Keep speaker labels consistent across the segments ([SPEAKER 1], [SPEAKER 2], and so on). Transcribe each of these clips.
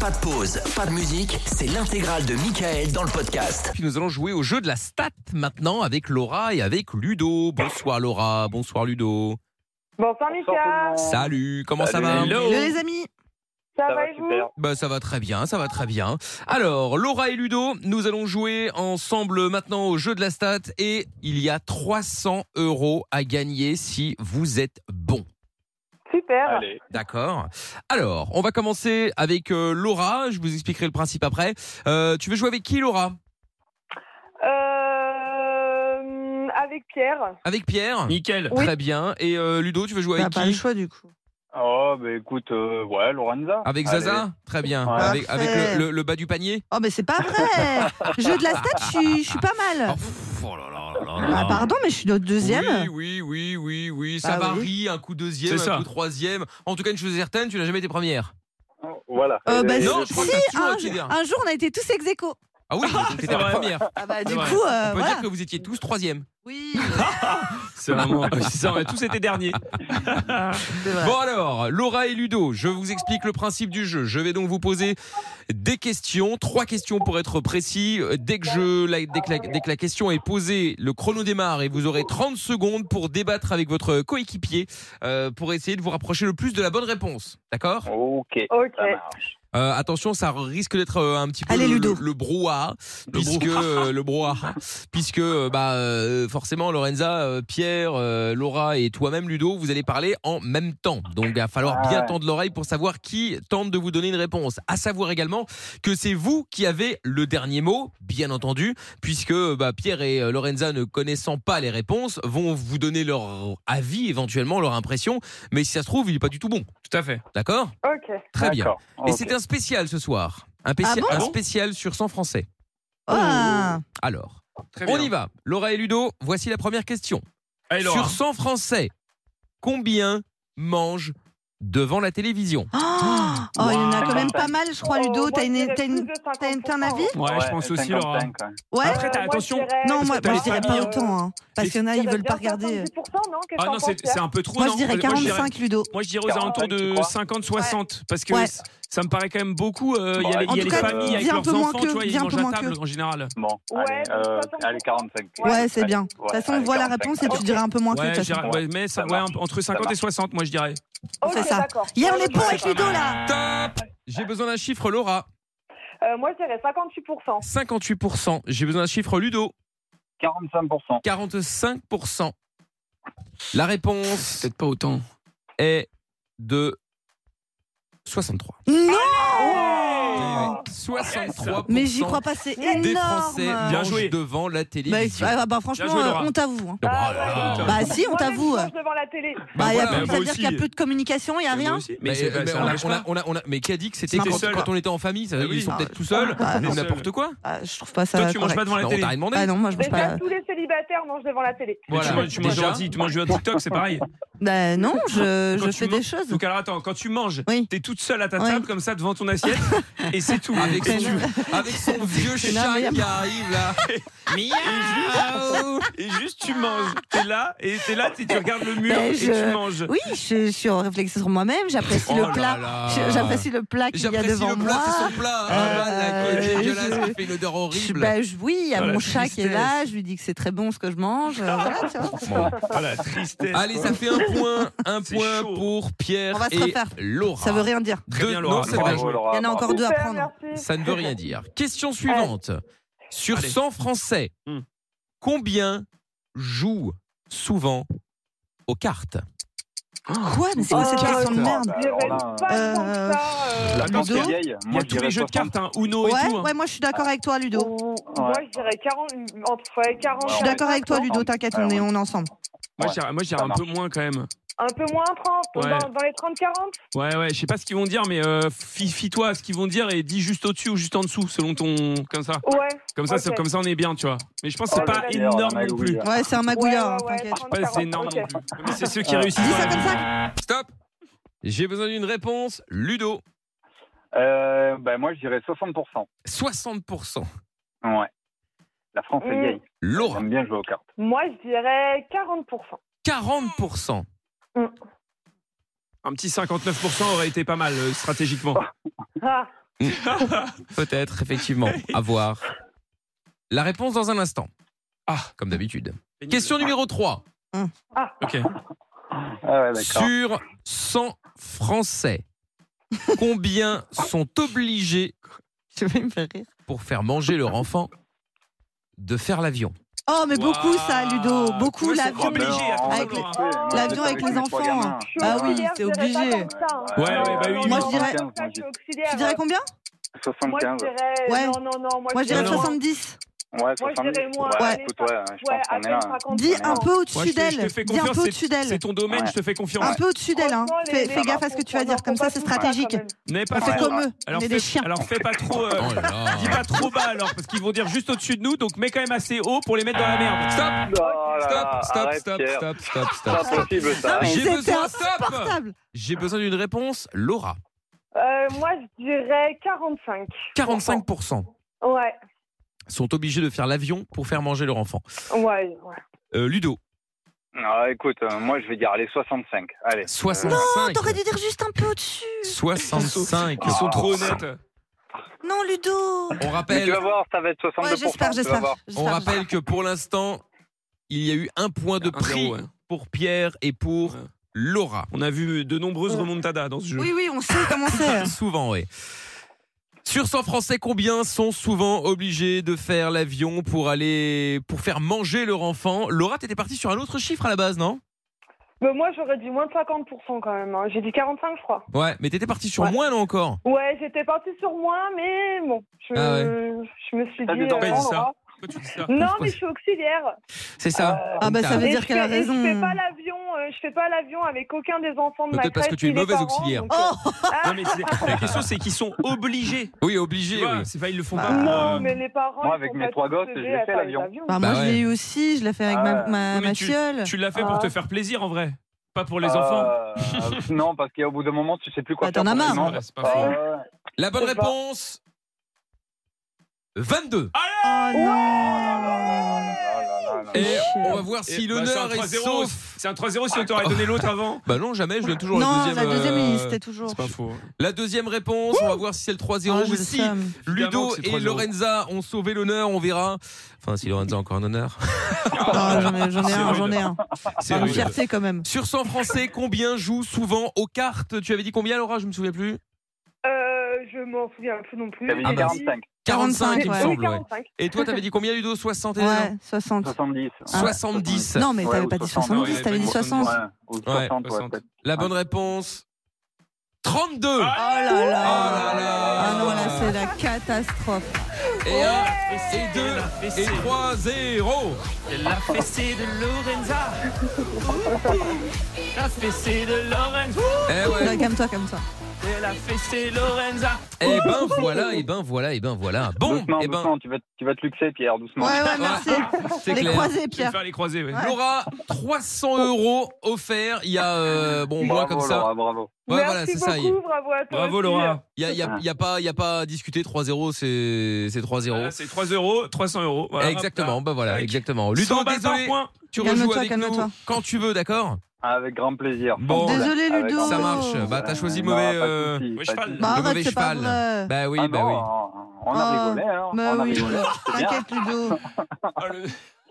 [SPEAKER 1] Pas de pause, pas de musique, c'est l'intégrale de Michael dans le podcast.
[SPEAKER 2] Puis nous allons jouer au jeu de la stat maintenant avec Laura et avec Ludo. Bonsoir Laura, bonsoir Ludo.
[SPEAKER 3] Bonsoir Mika, ça,
[SPEAKER 2] Salut, comment
[SPEAKER 4] Salut.
[SPEAKER 2] ça va
[SPEAKER 4] Hello.
[SPEAKER 5] Hello les amis
[SPEAKER 4] Ça
[SPEAKER 3] va
[SPEAKER 4] va
[SPEAKER 3] et vous
[SPEAKER 4] super.
[SPEAKER 2] Bah ça va très bien, ça va très bien. Alors Laura et Ludo, nous allons jouer ensemble maintenant au jeu de la stat et il y a 300 euros à gagner si vous êtes bon.
[SPEAKER 3] Super.
[SPEAKER 4] Allez,
[SPEAKER 2] D'accord. Alors, on va commencer avec euh, Laura. Je vous expliquerai le principe après. Euh, tu veux jouer avec qui, Laura
[SPEAKER 3] Euh, avec Pierre.
[SPEAKER 2] Avec Pierre.
[SPEAKER 6] Nickel.
[SPEAKER 3] Oui.
[SPEAKER 2] Très bien. Et euh, Ludo, tu veux jouer
[SPEAKER 5] T'as
[SPEAKER 2] avec
[SPEAKER 5] Bah, pas
[SPEAKER 2] qui
[SPEAKER 5] le choix du coup.
[SPEAKER 4] oh bah écoute, euh, ouais, Lorenza.
[SPEAKER 2] Avec
[SPEAKER 4] Allez.
[SPEAKER 2] Zaza Très bien.
[SPEAKER 4] Ouais.
[SPEAKER 2] Avec, avec
[SPEAKER 5] Parfait.
[SPEAKER 2] le, le- le bas du panier
[SPEAKER 5] Oh mais c'est pas vrai Jeu de la stat, je suis- je suis pas
[SPEAKER 2] Oh,
[SPEAKER 5] mal
[SPEAKER 2] pff, oh là là là là là.
[SPEAKER 5] bah, Pardon mais je suis notre deuxième
[SPEAKER 2] Oui, oui, oui, oui, oui. Ça
[SPEAKER 5] Bah oui.
[SPEAKER 2] varie, un coup deuxième,
[SPEAKER 6] C'est
[SPEAKER 2] un
[SPEAKER 6] ça.
[SPEAKER 2] coup troisième. En tout cas, une chose est certaine, tu n'as jamais été première.
[SPEAKER 4] Oh, Voilà.
[SPEAKER 5] Euh, bah,
[SPEAKER 4] Et-
[SPEAKER 5] si,
[SPEAKER 2] non, je crois que t'as toujours
[SPEAKER 5] un,
[SPEAKER 2] été bien.
[SPEAKER 5] un jour on a été tous ex aequo.
[SPEAKER 2] Ah oui, donc t'étais
[SPEAKER 6] C'est
[SPEAKER 2] pas
[SPEAKER 6] vrai.
[SPEAKER 2] première. On
[SPEAKER 5] Ah bah du
[SPEAKER 6] C'est vrai.
[SPEAKER 5] coup, euh,
[SPEAKER 2] peut
[SPEAKER 5] voilà. Ah,
[SPEAKER 2] dire que vous étiez tous troisième.
[SPEAKER 5] Oui,
[SPEAKER 6] C'est vraiment. c'est ça, on a tous été derniers.
[SPEAKER 5] c'est vrai.
[SPEAKER 2] Bon alors, Laura et Ludo, je vous explique le principe du jeu. Je vais donc vous poser des questions, trois questions pour être précis. Dès que, je, la, dès que la- dès que la question est posée, le chrono démarre et vous aurez 30 secondes pour débattre avec votre coéquipier euh, pour essayer de vous rapprocher le plus de la bonne réponse. D'accord
[SPEAKER 4] Ok.
[SPEAKER 3] Ok.
[SPEAKER 4] Ça marche.
[SPEAKER 2] Euh, Attention, ça risque d'être euh, un petit peu
[SPEAKER 5] Allez,
[SPEAKER 2] le,
[SPEAKER 5] Ludo.
[SPEAKER 2] le- le brouhaha,
[SPEAKER 6] Le
[SPEAKER 2] puisque euh, le brouhaha, puisque euh, bah euh, forcément Lorenza, euh, Pierre, euh, Laura et toi-même Ludo, vous allez parler en même temps. Donc il va falloir
[SPEAKER 4] Ah
[SPEAKER 2] bien
[SPEAKER 4] ouais.
[SPEAKER 2] tendre l'oreille pour savoir qui tente de vous donner une réponse. À savoir également que c'est vous qui avez le dernier mot, bien entendu, puisque euh, bah, Pierre et euh, Lorenza ne connaissant pas les réponses vont vous donner leur avis éventuellement leur impression, mais si ça se trouve il est pas du tout bon.
[SPEAKER 6] Tout à fait.
[SPEAKER 2] D'accord
[SPEAKER 3] Ok.
[SPEAKER 2] Très bien.
[SPEAKER 4] D'accord.
[SPEAKER 2] Et
[SPEAKER 4] Ok.
[SPEAKER 2] c'est un spécial ce soir. Un, spécial-
[SPEAKER 5] bon
[SPEAKER 2] un spécial sur 100 français.
[SPEAKER 5] Ah.
[SPEAKER 2] Alors,
[SPEAKER 6] Très
[SPEAKER 2] on
[SPEAKER 6] bien.
[SPEAKER 2] y va. Laura et Ludo, voici la première question.
[SPEAKER 6] Allez, Laura.
[SPEAKER 2] Sur 100 français, combien mangent devant la télévision
[SPEAKER 5] Oh, oh, il y en a quand même pas mal je crois Ludo,
[SPEAKER 3] Oh, moi,
[SPEAKER 5] t'as une,
[SPEAKER 3] je dirais
[SPEAKER 5] t'as une-
[SPEAKER 3] plus de 50%.
[SPEAKER 5] t'as une- t'as un avis
[SPEAKER 6] Ouais, je pense aussi, Laura.
[SPEAKER 4] 55, ouais.
[SPEAKER 5] Ouais
[SPEAKER 6] Après, t'as
[SPEAKER 3] Euh,
[SPEAKER 6] attention.
[SPEAKER 3] je dirais-
[SPEAKER 5] Non moi,
[SPEAKER 6] t'as
[SPEAKER 5] moi,
[SPEAKER 6] les
[SPEAKER 5] je dirais pas
[SPEAKER 6] familles,
[SPEAKER 5] autant hein. Parce qu'il y en a,
[SPEAKER 3] je
[SPEAKER 5] ils
[SPEAKER 3] dirais
[SPEAKER 5] veulent pas
[SPEAKER 3] bien
[SPEAKER 5] regarder
[SPEAKER 3] 70%, non Qu'est-ce
[SPEAKER 6] Ah
[SPEAKER 3] que
[SPEAKER 6] non,
[SPEAKER 3] t'en
[SPEAKER 6] c'est
[SPEAKER 3] penses,
[SPEAKER 6] c'est un peu trop.
[SPEAKER 5] Moi je
[SPEAKER 6] non
[SPEAKER 5] dirais
[SPEAKER 6] Moi, je dirais-
[SPEAKER 5] 45 Ludo
[SPEAKER 6] moi, je dirais aux alentours de 50-60 parce que
[SPEAKER 5] Ouais.
[SPEAKER 6] ça me paraît quand même beaucoup.
[SPEAKER 2] Bah,
[SPEAKER 6] euh, Il y a, les-
[SPEAKER 4] En
[SPEAKER 6] il y a
[SPEAKER 4] tout
[SPEAKER 6] les
[SPEAKER 4] cas,
[SPEAKER 6] familles avec
[SPEAKER 5] dis un
[SPEAKER 6] leurs
[SPEAKER 5] peu moins
[SPEAKER 6] enfants,
[SPEAKER 5] que-
[SPEAKER 6] tu vois,
[SPEAKER 5] dis
[SPEAKER 6] ils
[SPEAKER 5] un peu
[SPEAKER 6] mangent
[SPEAKER 5] moins
[SPEAKER 6] à table
[SPEAKER 5] que.
[SPEAKER 6] en général.
[SPEAKER 4] Bon,
[SPEAKER 3] Ouais,
[SPEAKER 4] allez,
[SPEAKER 3] donc,
[SPEAKER 4] euh,
[SPEAKER 3] 65.
[SPEAKER 4] allez, 45.
[SPEAKER 5] Ouais c'est bien. De toute façon on
[SPEAKER 4] allez,
[SPEAKER 5] voit la
[SPEAKER 4] 45.
[SPEAKER 5] réponse et puis je dirais un peu moins que de
[SPEAKER 6] Ouais,
[SPEAKER 5] toute
[SPEAKER 6] je
[SPEAKER 5] façon.
[SPEAKER 6] dirais- ouais, mais ça,
[SPEAKER 4] Ça
[SPEAKER 6] ouais,
[SPEAKER 4] marche.
[SPEAKER 6] entre 50 et 60, moi je dirais.
[SPEAKER 3] Pierre
[SPEAKER 5] c'est
[SPEAKER 3] Ok,
[SPEAKER 5] ça.
[SPEAKER 3] d'accord.
[SPEAKER 5] Hier on
[SPEAKER 3] Ouais,
[SPEAKER 5] est bon
[SPEAKER 3] je
[SPEAKER 5] avec
[SPEAKER 3] dirais-
[SPEAKER 4] Oh,
[SPEAKER 5] Ludo là
[SPEAKER 2] Top J'ai besoin d'un chiffre, Laura.
[SPEAKER 3] Euh, Moi, je dirais 58%.
[SPEAKER 2] 58%. J'ai besoin d'un chiffre, Ludo.
[SPEAKER 4] 45%.
[SPEAKER 2] 45%. La réponse
[SPEAKER 6] Peut-être pas autant.
[SPEAKER 2] est de 63.
[SPEAKER 5] Non Eh
[SPEAKER 3] Oh.
[SPEAKER 2] 63%.
[SPEAKER 5] Mais j'y crois pas, c'est énorme
[SPEAKER 2] Des Français
[SPEAKER 6] Bien
[SPEAKER 2] mangent
[SPEAKER 6] joué.
[SPEAKER 2] devant la
[SPEAKER 5] Bah,
[SPEAKER 2] télévision.
[SPEAKER 5] ah, bah, franchement,
[SPEAKER 6] Bien joué, Laura.
[SPEAKER 5] euh, on t'avoue. hein.
[SPEAKER 2] Oh
[SPEAKER 3] Ah,
[SPEAKER 2] là là.
[SPEAKER 3] ouais.
[SPEAKER 5] Bah si, on
[SPEAKER 3] Moi-même,
[SPEAKER 5] t'avoue.
[SPEAKER 3] je mange devant la télé.
[SPEAKER 5] Bah, y a-
[SPEAKER 2] voilà,
[SPEAKER 6] bah, moi
[SPEAKER 5] ça veut dire
[SPEAKER 6] aussi. Bah,
[SPEAKER 5] qu'il n'y a plus de communication, il n'y a rien.
[SPEAKER 2] Mais, euh,
[SPEAKER 6] Mais c'est-
[SPEAKER 2] mais
[SPEAKER 6] ça
[SPEAKER 2] on a-
[SPEAKER 6] n'empêche
[SPEAKER 2] on a-
[SPEAKER 6] pas.
[SPEAKER 2] on a- on a- mais qui a dit que c'était
[SPEAKER 6] C'était
[SPEAKER 2] quand,
[SPEAKER 6] seul.
[SPEAKER 2] quand on était en famille ça-
[SPEAKER 6] Ah oui.
[SPEAKER 2] Ils sont
[SPEAKER 5] Ah,
[SPEAKER 2] peut-être tout seuls,
[SPEAKER 5] ah, non.
[SPEAKER 2] ou n'importe quoi.
[SPEAKER 5] Ah, je trouve pas ça.
[SPEAKER 6] Toi, tu manges pas
[SPEAKER 5] correct.
[SPEAKER 6] devant la
[SPEAKER 2] Bah, on
[SPEAKER 6] télé. Bah,
[SPEAKER 2] t'a rien demandé.
[SPEAKER 5] Ah non, moi je mange
[SPEAKER 3] Déjà,
[SPEAKER 5] pas.
[SPEAKER 3] tous les célibataires mangent devant la télé.
[SPEAKER 6] Mais tu
[SPEAKER 2] Voilà.
[SPEAKER 6] manges- Tu manges
[SPEAKER 2] Déjà.
[SPEAKER 6] un dit- tu manges un TikTok, c'est pareil.
[SPEAKER 5] Bah non, je,
[SPEAKER 6] Quand
[SPEAKER 5] je
[SPEAKER 6] tu
[SPEAKER 5] fais
[SPEAKER 6] manges-
[SPEAKER 5] des choses.
[SPEAKER 6] Donc alors attends, quand tu manges,
[SPEAKER 5] Oui.
[SPEAKER 6] t'es toute seule à ta
[SPEAKER 5] Oui.
[SPEAKER 6] table comme ça devant ton assiette et c'est tout.
[SPEAKER 2] Avec
[SPEAKER 6] et,
[SPEAKER 2] son, avec son vieux
[SPEAKER 5] C'est
[SPEAKER 2] chat
[SPEAKER 5] merveilleux.
[SPEAKER 2] qui arrive là.
[SPEAKER 6] juste, et juste tu manges. T'es là et t'es là, t'es- tu regardes le mur
[SPEAKER 5] Mais
[SPEAKER 6] et
[SPEAKER 5] Ben, je-
[SPEAKER 6] tu manges.
[SPEAKER 5] Oui, je, je suis en réflexion sur moi-même, j'apprécie
[SPEAKER 2] Oh
[SPEAKER 5] le
[SPEAKER 2] là
[SPEAKER 5] plat.
[SPEAKER 2] là.
[SPEAKER 5] Je- J'apprécie le plat qu'il y a
[SPEAKER 2] J'apprécie
[SPEAKER 5] devant
[SPEAKER 2] le plat,
[SPEAKER 5] moi.
[SPEAKER 2] c'est son plat.
[SPEAKER 5] Euh,
[SPEAKER 2] Ah, là, la gueule
[SPEAKER 5] je-
[SPEAKER 2] dégueulasse qui fait une odeur
[SPEAKER 5] Je-
[SPEAKER 2] horrible.
[SPEAKER 5] bah, je- oui, il y a
[SPEAKER 6] Ah, la
[SPEAKER 5] mon chat qui est
[SPEAKER 6] tristesse.
[SPEAKER 5] là, je lui dis que c'est très bon ce que je mange. euh, voilà, tu vois.
[SPEAKER 6] Ah la tristesse.
[SPEAKER 2] Allez, ça fait un point, un
[SPEAKER 6] C'est
[SPEAKER 2] point
[SPEAKER 6] chaud.
[SPEAKER 2] pour Pierre
[SPEAKER 5] On va se
[SPEAKER 2] et
[SPEAKER 5] refaire.
[SPEAKER 2] Laura.
[SPEAKER 6] Oh.
[SPEAKER 5] Ça veut rien dire.
[SPEAKER 6] Très
[SPEAKER 2] Deux-
[SPEAKER 6] bien,
[SPEAKER 2] non,
[SPEAKER 6] Laura.
[SPEAKER 2] Oh, c'est
[SPEAKER 6] Bravo.
[SPEAKER 2] bien joué.
[SPEAKER 4] Laura,
[SPEAKER 5] Il y en a
[SPEAKER 4] bravo.
[SPEAKER 5] encore deux à
[SPEAKER 3] Super,
[SPEAKER 5] prendre. hein.
[SPEAKER 3] merci.
[SPEAKER 2] Ça ne veut rien dire. Question suivante. Sur
[SPEAKER 6] Allez.
[SPEAKER 2] 100 Français,
[SPEAKER 6] Hmm.
[SPEAKER 2] combien jouent souvent aux cartes
[SPEAKER 5] Quoi Mais c'est quoi cette
[SPEAKER 3] Oh,
[SPEAKER 5] question de
[SPEAKER 3] non.
[SPEAKER 5] merde
[SPEAKER 3] Je dirais
[SPEAKER 4] Alors là,
[SPEAKER 3] pas tant que ça. euh,
[SPEAKER 6] Là,
[SPEAKER 4] La carte
[SPEAKER 5] Ludo
[SPEAKER 4] est vieille.
[SPEAKER 6] Il y
[SPEAKER 4] Moi,
[SPEAKER 6] a
[SPEAKER 4] je
[SPEAKER 6] tous les
[SPEAKER 4] dirais
[SPEAKER 6] jeux de
[SPEAKER 4] 60.
[SPEAKER 6] cartes, hein, Uno et
[SPEAKER 5] Ouais,
[SPEAKER 6] tout. hein.
[SPEAKER 5] ouais, moi je suis d'accord avec toi, Ludo.
[SPEAKER 3] Moi, je dirais 40, entre ouais, 40.
[SPEAKER 6] Oh,
[SPEAKER 5] Je suis d'accord avec toi, Ludo, t'inquiète,
[SPEAKER 6] Ah,
[SPEAKER 5] on est, on est ensemble.
[SPEAKER 6] Moi, je dirais- Moi, je dirais
[SPEAKER 4] Ça
[SPEAKER 6] un peu moins quand même.
[SPEAKER 3] Un peu moins 30,
[SPEAKER 6] Ouais.
[SPEAKER 3] dans, dans les 30-40.
[SPEAKER 6] Ouais, ouais, je sais pas ce qu'ils vont dire, mais euh, fie- fie-toi à ce qu'ils vont dire et dis juste au-dessus ou juste en dessous, selon ton. Comme ça.
[SPEAKER 3] Ouais.
[SPEAKER 6] Comme ça, c'est-
[SPEAKER 3] Ok.
[SPEAKER 6] comme ça on est bien, tu vois. Mais je pense que c'est
[SPEAKER 3] Oh,
[SPEAKER 6] pas
[SPEAKER 3] la
[SPEAKER 4] meilleure, la
[SPEAKER 6] énorme non
[SPEAKER 4] meilleure,
[SPEAKER 6] plus.
[SPEAKER 4] oui.
[SPEAKER 5] Ouais, c'est un magouilleur, t'inquiète.
[SPEAKER 6] Je sais Pas c'est énorme
[SPEAKER 3] ok.
[SPEAKER 6] non plus. Mais c'est ceux qui
[SPEAKER 4] Ouais.
[SPEAKER 6] réussissent.
[SPEAKER 5] Dis ça
[SPEAKER 6] voilà.
[SPEAKER 5] comme ça
[SPEAKER 2] Stop J'ai besoin d'une réponse. Ludo,
[SPEAKER 4] Euh, ben, moi, je dirais 60%.
[SPEAKER 2] 60%.
[SPEAKER 4] Ouais. La France est
[SPEAKER 3] Mm.
[SPEAKER 4] vieille.
[SPEAKER 2] Laura,
[SPEAKER 4] J'aime bien jouer aux cartes.
[SPEAKER 3] Moi, je dirais 40%.
[SPEAKER 2] 40%.
[SPEAKER 6] Un petit 59% aurait été pas mal euh, stratégiquement.
[SPEAKER 3] Ah,
[SPEAKER 2] Peut-être, effectivement. À voir. La réponse dans un instant. Ah, comme d'habitude.
[SPEAKER 6] Pénible.
[SPEAKER 2] Question numéro 3.
[SPEAKER 6] Ok.
[SPEAKER 4] Ah ouais, d'accord.
[SPEAKER 2] Sur 100 Français, combien sont obligés
[SPEAKER 5] Je vais me faire rire.
[SPEAKER 2] pour faire manger leur enfant de faire l'avion
[SPEAKER 5] Oh, mais beaucoup ça, Ludo. Beaucoup
[SPEAKER 6] Ouais, c'est
[SPEAKER 5] l'avion.
[SPEAKER 6] obligé, attention,
[SPEAKER 5] Avec
[SPEAKER 6] Laurent,
[SPEAKER 4] les-
[SPEAKER 6] hein.
[SPEAKER 4] Ouais,
[SPEAKER 5] L'avion
[SPEAKER 4] avec
[SPEAKER 5] avec les
[SPEAKER 4] les trois
[SPEAKER 5] enfants.
[SPEAKER 4] gamins.
[SPEAKER 5] Bah
[SPEAKER 3] Je suis
[SPEAKER 5] oui, c'est
[SPEAKER 3] auxiliaire, je dirais
[SPEAKER 5] obligé.
[SPEAKER 3] pas comme ça, hein.
[SPEAKER 6] Ouais, ouais, bah oui,
[SPEAKER 5] Moi, je dirais-
[SPEAKER 3] Moi, je suis
[SPEAKER 5] Tu dirais
[SPEAKER 3] auxiliaire.
[SPEAKER 5] combien
[SPEAKER 3] Moi, je
[SPEAKER 4] 75.
[SPEAKER 3] dirais.
[SPEAKER 5] Ouais.
[SPEAKER 3] Non, non, non.
[SPEAKER 5] Moi, je dirais
[SPEAKER 6] Non, non.
[SPEAKER 5] 70.
[SPEAKER 4] Ouais,
[SPEAKER 3] Moi, je
[SPEAKER 4] 70.
[SPEAKER 3] dirais moins.
[SPEAKER 4] Ouais,
[SPEAKER 5] Ouais.
[SPEAKER 4] écoute, ouais, je
[SPEAKER 3] Ouais,
[SPEAKER 4] pense qu'on est là.
[SPEAKER 3] attends, 50%.
[SPEAKER 5] Dis un peu
[SPEAKER 6] Moi,
[SPEAKER 5] au-dessus
[SPEAKER 6] je te- je te
[SPEAKER 5] d'elle.
[SPEAKER 6] fais
[SPEAKER 5] Dis un
[SPEAKER 6] confiance,
[SPEAKER 5] peu au-dessus
[SPEAKER 6] C'est
[SPEAKER 5] d'elle.
[SPEAKER 6] ton domaine,
[SPEAKER 4] Ouais.
[SPEAKER 6] je te fais confiance.
[SPEAKER 5] Un peu au-dessus d'elle. Hein.
[SPEAKER 3] Franchement, les-
[SPEAKER 5] Fais,
[SPEAKER 3] les
[SPEAKER 5] fais gaffe à ce
[SPEAKER 3] enfants,
[SPEAKER 5] que tu vas dire.
[SPEAKER 3] faut
[SPEAKER 5] Comme
[SPEAKER 3] pas
[SPEAKER 5] ça, c'est
[SPEAKER 3] tout faire,
[SPEAKER 5] stratégique.
[SPEAKER 3] quand même.
[SPEAKER 6] N'aie pas
[SPEAKER 5] On fait
[SPEAKER 6] trop.
[SPEAKER 5] comme eux. On
[SPEAKER 6] Alors
[SPEAKER 5] est
[SPEAKER 6] fais,
[SPEAKER 5] des chiens.
[SPEAKER 6] alors fais pas trop. euh,
[SPEAKER 2] Oh là là.
[SPEAKER 6] Dis pas trop bas alors, parce qu'ils vont dire juste au-dessus de nous, donc mets quand même assez haut pour les mettre dans la Ah, merde. Stop
[SPEAKER 4] Oh là là,
[SPEAKER 2] Stop, stop,
[SPEAKER 4] arrête,
[SPEAKER 2] stop,
[SPEAKER 4] Pierre.
[SPEAKER 2] stop, stop,
[SPEAKER 4] C'est
[SPEAKER 2] stop,
[SPEAKER 4] pas
[SPEAKER 2] stop.
[SPEAKER 4] possible, ça.
[SPEAKER 5] Mais
[SPEAKER 2] J'ai
[SPEAKER 5] C'était
[SPEAKER 2] besoin- stop
[SPEAKER 5] insupportable.
[SPEAKER 2] J'ai besoin d'une réponse, Laura.
[SPEAKER 3] Euh, moi, je dirais 45.
[SPEAKER 2] 45%
[SPEAKER 3] Ouais,
[SPEAKER 2] sont obligés de faire l'avion pour faire manger leur enfant.
[SPEAKER 3] ouais, ouais.
[SPEAKER 2] Euh, Ludo,
[SPEAKER 4] Ah, écoute, euh, moi, je vais dire les 65. Allez.
[SPEAKER 2] 65.
[SPEAKER 5] Oh, t'aurais dû dire juste un peu au-dessus.
[SPEAKER 2] 65.
[SPEAKER 6] Ils sont trop honnêtes.
[SPEAKER 5] Non, Ludo.
[SPEAKER 2] On
[SPEAKER 4] Mais tu
[SPEAKER 2] rappelle,
[SPEAKER 4] vas voir, ça va être 62%.
[SPEAKER 5] Ouais, j'espère,
[SPEAKER 4] tu vas
[SPEAKER 5] j'espère.
[SPEAKER 4] voir.
[SPEAKER 5] j'espère,
[SPEAKER 2] on rappelle
[SPEAKER 5] j'espère.
[SPEAKER 2] que pour l'instant, il y a eu un point de
[SPEAKER 6] Un
[SPEAKER 2] prix
[SPEAKER 6] zéro, ouais.
[SPEAKER 2] pour Pierre et pour
[SPEAKER 6] Ouais.
[SPEAKER 2] Laura.
[SPEAKER 6] On a vu de nombreuses remontadas dans ce jeu.
[SPEAKER 5] Oui, oui, on sait comment c'est.
[SPEAKER 2] Souvent, oui. Sur 100 Français, combien sont souvent obligés de faire l'avion pour aller pour faire manger leur enfant Laura, t'étais partie sur un autre chiffre à la base, non
[SPEAKER 3] Mais moi, j'aurais dit moins de 50% quand même. hein. J'ai dit 45, je crois.
[SPEAKER 2] Ouais, mais t'étais partie sur
[SPEAKER 3] Ouais.
[SPEAKER 2] moins, non encore
[SPEAKER 3] Ouais, j'étais partie sur moins, mais bon, je,
[SPEAKER 2] Ah
[SPEAKER 3] je me suis dit.
[SPEAKER 4] Ah, dis donc,
[SPEAKER 3] euh,
[SPEAKER 6] vas-y,
[SPEAKER 3] on
[SPEAKER 6] ça.
[SPEAKER 3] verra.
[SPEAKER 6] Pourquoi tu dis ça
[SPEAKER 3] Non, mais je suis auxiliaire.
[SPEAKER 2] C'est ça.
[SPEAKER 5] Ah, bah,
[SPEAKER 2] Donc,
[SPEAKER 5] ça
[SPEAKER 2] t'as-
[SPEAKER 5] veut
[SPEAKER 3] Et
[SPEAKER 5] dire
[SPEAKER 3] je
[SPEAKER 5] qu'elle a
[SPEAKER 3] fais- et
[SPEAKER 5] raison.
[SPEAKER 3] Je fais pas l'avion. euh, je fais pas l'avion avec aucun des enfants de ma
[SPEAKER 2] Peut-être
[SPEAKER 3] classe.
[SPEAKER 2] parce que tu es
[SPEAKER 3] ni les
[SPEAKER 2] mauvaise
[SPEAKER 3] parents,
[SPEAKER 2] auxiliaire.
[SPEAKER 3] donc, euh, ah,
[SPEAKER 5] Oh,
[SPEAKER 6] Non, mais c'est- la question, c'est qu'ils sont obligés.
[SPEAKER 2] Oui,
[SPEAKER 6] Tu
[SPEAKER 2] obligé,
[SPEAKER 6] vois,
[SPEAKER 2] oui.
[SPEAKER 6] c'est pas, ils le font
[SPEAKER 5] Bah,
[SPEAKER 6] pas. pour, euh,
[SPEAKER 3] Non, mais les parents.
[SPEAKER 4] Moi,
[SPEAKER 3] ils
[SPEAKER 4] avec
[SPEAKER 3] sont
[SPEAKER 4] mes
[SPEAKER 3] pas
[SPEAKER 4] trois
[SPEAKER 3] tous
[SPEAKER 4] gosses, je
[SPEAKER 3] élevés
[SPEAKER 4] l'ai
[SPEAKER 3] à
[SPEAKER 4] fait,
[SPEAKER 3] faire
[SPEAKER 4] l'avion.
[SPEAKER 3] les avions.
[SPEAKER 5] Bah, moi,
[SPEAKER 2] Bah ouais.
[SPEAKER 5] je l'ai eu aussi. Je l'ai fait avec ma,
[SPEAKER 4] Ah.
[SPEAKER 5] ma,
[SPEAKER 6] Oui,
[SPEAKER 5] ma
[SPEAKER 6] mais
[SPEAKER 5] fiole.
[SPEAKER 6] Tu l'as fait pour
[SPEAKER 3] Ah.
[SPEAKER 6] te faire plaisir en vrai, pas pour les
[SPEAKER 4] Euh,
[SPEAKER 5] Ah.
[SPEAKER 6] enfants.
[SPEAKER 4] euh, non, parce qu'au bout d'un moment, tu sais plus quoi
[SPEAKER 5] Bah,
[SPEAKER 4] faire.
[SPEAKER 5] t'en as
[SPEAKER 4] pour les
[SPEAKER 5] marre.
[SPEAKER 4] gens.
[SPEAKER 6] Ouais, c'est pas
[SPEAKER 4] Ah,
[SPEAKER 6] faux.
[SPEAKER 4] ouais, ouais.
[SPEAKER 2] La bonne
[SPEAKER 3] Je sais pas.
[SPEAKER 2] réponse 22.
[SPEAKER 5] Oh non.
[SPEAKER 4] Ah, là, là, là, là.
[SPEAKER 2] Et
[SPEAKER 5] Chier.
[SPEAKER 2] on va voir si
[SPEAKER 6] Et-
[SPEAKER 2] l'honneur
[SPEAKER 6] bah,
[SPEAKER 2] est
[SPEAKER 6] c'est un 3-0.
[SPEAKER 2] sauf.
[SPEAKER 6] C'est un 3-0 si on t'aurait donné l'autre avant.
[SPEAKER 2] Bah non, jamais, je donne toujours
[SPEAKER 5] Non,
[SPEAKER 2] la deuxième.
[SPEAKER 5] la deuxième,
[SPEAKER 2] euh,
[SPEAKER 5] il- c'était toujours.
[SPEAKER 6] C'est pas faux.
[SPEAKER 2] La deuxième réponse, on va voir si c'est le 3-0
[SPEAKER 5] Ah,
[SPEAKER 2] ou
[SPEAKER 5] j'ai le
[SPEAKER 2] si
[SPEAKER 5] seum.
[SPEAKER 6] Évidemment
[SPEAKER 2] Ludo
[SPEAKER 6] que c'est
[SPEAKER 2] et
[SPEAKER 6] 3-0.
[SPEAKER 2] Lorenza ont sauvé l'honneur, on verra. Enfin, si Lorenza a encore un honneur.
[SPEAKER 5] Ah, j'en ai, j'en ai
[SPEAKER 6] C'est
[SPEAKER 5] un,
[SPEAKER 6] rude.
[SPEAKER 5] j'en ai un.
[SPEAKER 2] C'est
[SPEAKER 5] Ah, une
[SPEAKER 2] rude.
[SPEAKER 5] fierté quand même.
[SPEAKER 2] Sur 100 Français, combien jouent souvent aux cartes Tu avais dit combien, Laura Je me souviens plus.
[SPEAKER 3] Euh, je m'en souviens plus non plus.
[SPEAKER 4] T'avais dit
[SPEAKER 2] Ah, bah,
[SPEAKER 4] 45,
[SPEAKER 2] 45, il Ah, bah, me
[SPEAKER 5] ouais.
[SPEAKER 3] Oui,
[SPEAKER 2] semble. ouais.
[SPEAKER 3] 45.
[SPEAKER 2] Et toi, t'avais dit combien, Ludo 61
[SPEAKER 5] Ouais, 60.
[SPEAKER 4] 70.
[SPEAKER 2] 70.
[SPEAKER 5] Ah, Non, mais
[SPEAKER 4] Ouais,
[SPEAKER 5] t'avais
[SPEAKER 4] ou
[SPEAKER 5] pas dit
[SPEAKER 4] 60,
[SPEAKER 5] 70,
[SPEAKER 6] ouais,
[SPEAKER 5] t'avais dit
[SPEAKER 6] ouais.
[SPEAKER 5] 60.
[SPEAKER 4] Ouais,
[SPEAKER 5] Oh
[SPEAKER 4] ou
[SPEAKER 2] Ouais,
[SPEAKER 4] 60, ouais,
[SPEAKER 6] 60.
[SPEAKER 4] peut-être.
[SPEAKER 2] La bonne réponse 32
[SPEAKER 5] Oh
[SPEAKER 4] Ah,
[SPEAKER 5] là là.
[SPEAKER 2] Oh là là.
[SPEAKER 5] Ah non, là, c'est la catastrophe.
[SPEAKER 2] Et 1, et 2, et 3, 0
[SPEAKER 6] La fessée de Lorenza. La fessée de Lorenza.
[SPEAKER 2] Eh ouais
[SPEAKER 5] Là, Calme-toi, calme-toi.
[SPEAKER 6] La fessée Lorenza.
[SPEAKER 2] Eh ben voilà, et ben voilà, et ben voilà. Bon,
[SPEAKER 4] doucement,
[SPEAKER 2] et ben
[SPEAKER 4] doucement, tu vas, tu vas te luxer, Pierre, doucement.
[SPEAKER 5] Ouais, ouais, merci.
[SPEAKER 2] c'est
[SPEAKER 5] Les
[SPEAKER 2] clair.
[SPEAKER 5] croisés,
[SPEAKER 6] Je vais
[SPEAKER 5] Pierre.
[SPEAKER 6] faire les croisés, ouais.
[SPEAKER 2] Laura, 300 euros offerts. Il y a euh, bon, moi
[SPEAKER 4] Oh, bravo,
[SPEAKER 2] comme ça.
[SPEAKER 4] Laura, bravo.
[SPEAKER 2] Ouais,
[SPEAKER 3] Merci
[SPEAKER 2] voilà, c'est
[SPEAKER 3] beaucoup,
[SPEAKER 2] ça. Il
[SPEAKER 3] bravo à toi.
[SPEAKER 6] Bravo
[SPEAKER 3] aussi.
[SPEAKER 6] Laura.
[SPEAKER 2] y a, il y a- il y a pas, il y a pas à discuter. 3-0, c'est, c'est 3-0.
[SPEAKER 6] Voilà, c'est 3 euros, 300 euros. Voilà,
[SPEAKER 2] exactement.
[SPEAKER 6] hop
[SPEAKER 2] Bah voilà,
[SPEAKER 6] Tac.
[SPEAKER 2] exactement.
[SPEAKER 6] là. 100
[SPEAKER 2] Ludo,
[SPEAKER 6] balles par
[SPEAKER 2] désolé,
[SPEAKER 6] point.
[SPEAKER 2] tu
[SPEAKER 5] Calme-toi,
[SPEAKER 2] rejoues avec nous
[SPEAKER 5] calme-toi.
[SPEAKER 2] quand tu veux, d'accord
[SPEAKER 4] Avec grand plaisir.
[SPEAKER 2] Bon.
[SPEAKER 5] Désolé,
[SPEAKER 4] Avec
[SPEAKER 5] Ludo.
[SPEAKER 4] grand
[SPEAKER 2] Ça
[SPEAKER 4] plaisir.
[SPEAKER 2] marche. Bah, t'as choisi le mauvais,
[SPEAKER 4] Non, pas de
[SPEAKER 2] euh,
[SPEAKER 4] soucis,
[SPEAKER 6] ouais,
[SPEAKER 4] pas de
[SPEAKER 6] cheval.
[SPEAKER 4] soucis.
[SPEAKER 2] Le
[SPEAKER 5] Bah,
[SPEAKER 2] mauvais
[SPEAKER 5] arrête, c'est pas
[SPEAKER 2] cheval.
[SPEAKER 5] vrai.
[SPEAKER 2] Bah oh, oui,
[SPEAKER 4] Ah
[SPEAKER 2] bah
[SPEAKER 4] non,
[SPEAKER 2] oui.
[SPEAKER 4] on a
[SPEAKER 5] Ah,
[SPEAKER 4] rigolé, hein. on
[SPEAKER 5] Bah
[SPEAKER 4] a
[SPEAKER 5] oui,
[SPEAKER 4] rigolé. c'est bien.
[SPEAKER 5] t'inquiète, Ludo.
[SPEAKER 6] Ah, le-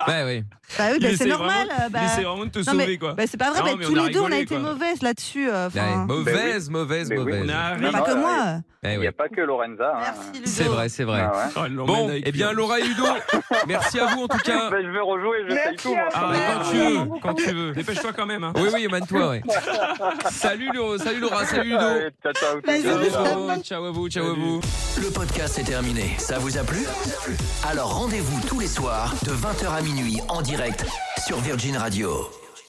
[SPEAKER 2] Bah oui.
[SPEAKER 5] Bah oui,
[SPEAKER 6] il
[SPEAKER 5] bah,
[SPEAKER 6] essaie
[SPEAKER 5] c'est normal.
[SPEAKER 6] vraiment-
[SPEAKER 5] bah,
[SPEAKER 6] Il essaie vraiment de te
[SPEAKER 5] non, mais-
[SPEAKER 6] sauver, quoi.
[SPEAKER 5] bah, c'est pas vrai,
[SPEAKER 6] Non,
[SPEAKER 5] bah,
[SPEAKER 6] mais
[SPEAKER 5] tous
[SPEAKER 6] on a
[SPEAKER 5] les deux, on a
[SPEAKER 6] rigolé,
[SPEAKER 5] été
[SPEAKER 6] quoi.
[SPEAKER 5] mauvaises là-dessus. euh,
[SPEAKER 2] Ouais,
[SPEAKER 5] enfin, Bah,
[SPEAKER 2] mauvaise, mauvaise,
[SPEAKER 4] Mais oui.
[SPEAKER 2] mauvaise.
[SPEAKER 6] On a
[SPEAKER 4] Non,
[SPEAKER 5] Pas
[SPEAKER 4] non,
[SPEAKER 5] que
[SPEAKER 4] ouais,
[SPEAKER 5] moi.
[SPEAKER 2] Eh
[SPEAKER 4] Il
[SPEAKER 2] oui.
[SPEAKER 4] n'y a pas que Lorenza. hein.
[SPEAKER 5] Merci, Ludo.
[SPEAKER 2] Ah. C'est vrai, c'est vrai.
[SPEAKER 4] Ah ouais.
[SPEAKER 6] Ah, elle l'emmène
[SPEAKER 2] Bon,
[SPEAKER 6] avec
[SPEAKER 2] eh
[SPEAKER 6] lui,
[SPEAKER 2] bien,
[SPEAKER 6] hein.
[SPEAKER 2] Laura et Ludo, merci à vous en tout cas.
[SPEAKER 4] Bah, je vais rejouer, je fais
[SPEAKER 3] Merci à
[SPEAKER 4] tout. moi.
[SPEAKER 3] vous.
[SPEAKER 6] Ah,
[SPEAKER 2] Mais
[SPEAKER 6] bah,
[SPEAKER 2] Ah. quand
[SPEAKER 6] ouais.
[SPEAKER 2] tu veux, quand tu
[SPEAKER 6] Euh,
[SPEAKER 2] veux.
[SPEAKER 6] Dépêche-toi quand même. Hein.
[SPEAKER 2] Oui, oui, émane-toi, ouais. salut, Laura, salut Laura, salut Ludo.
[SPEAKER 4] Allez, ciao, ciao,
[SPEAKER 5] Vas-y,
[SPEAKER 4] ciao,
[SPEAKER 5] Ludo.
[SPEAKER 4] ciao.
[SPEAKER 2] Ciao, ciao à vous, ciao à vous.
[SPEAKER 1] Le podcast est terminé. Ça vous a plu Alors rendez-vous tous les soirs de 20h à minuit en direct sur Virgin Radio.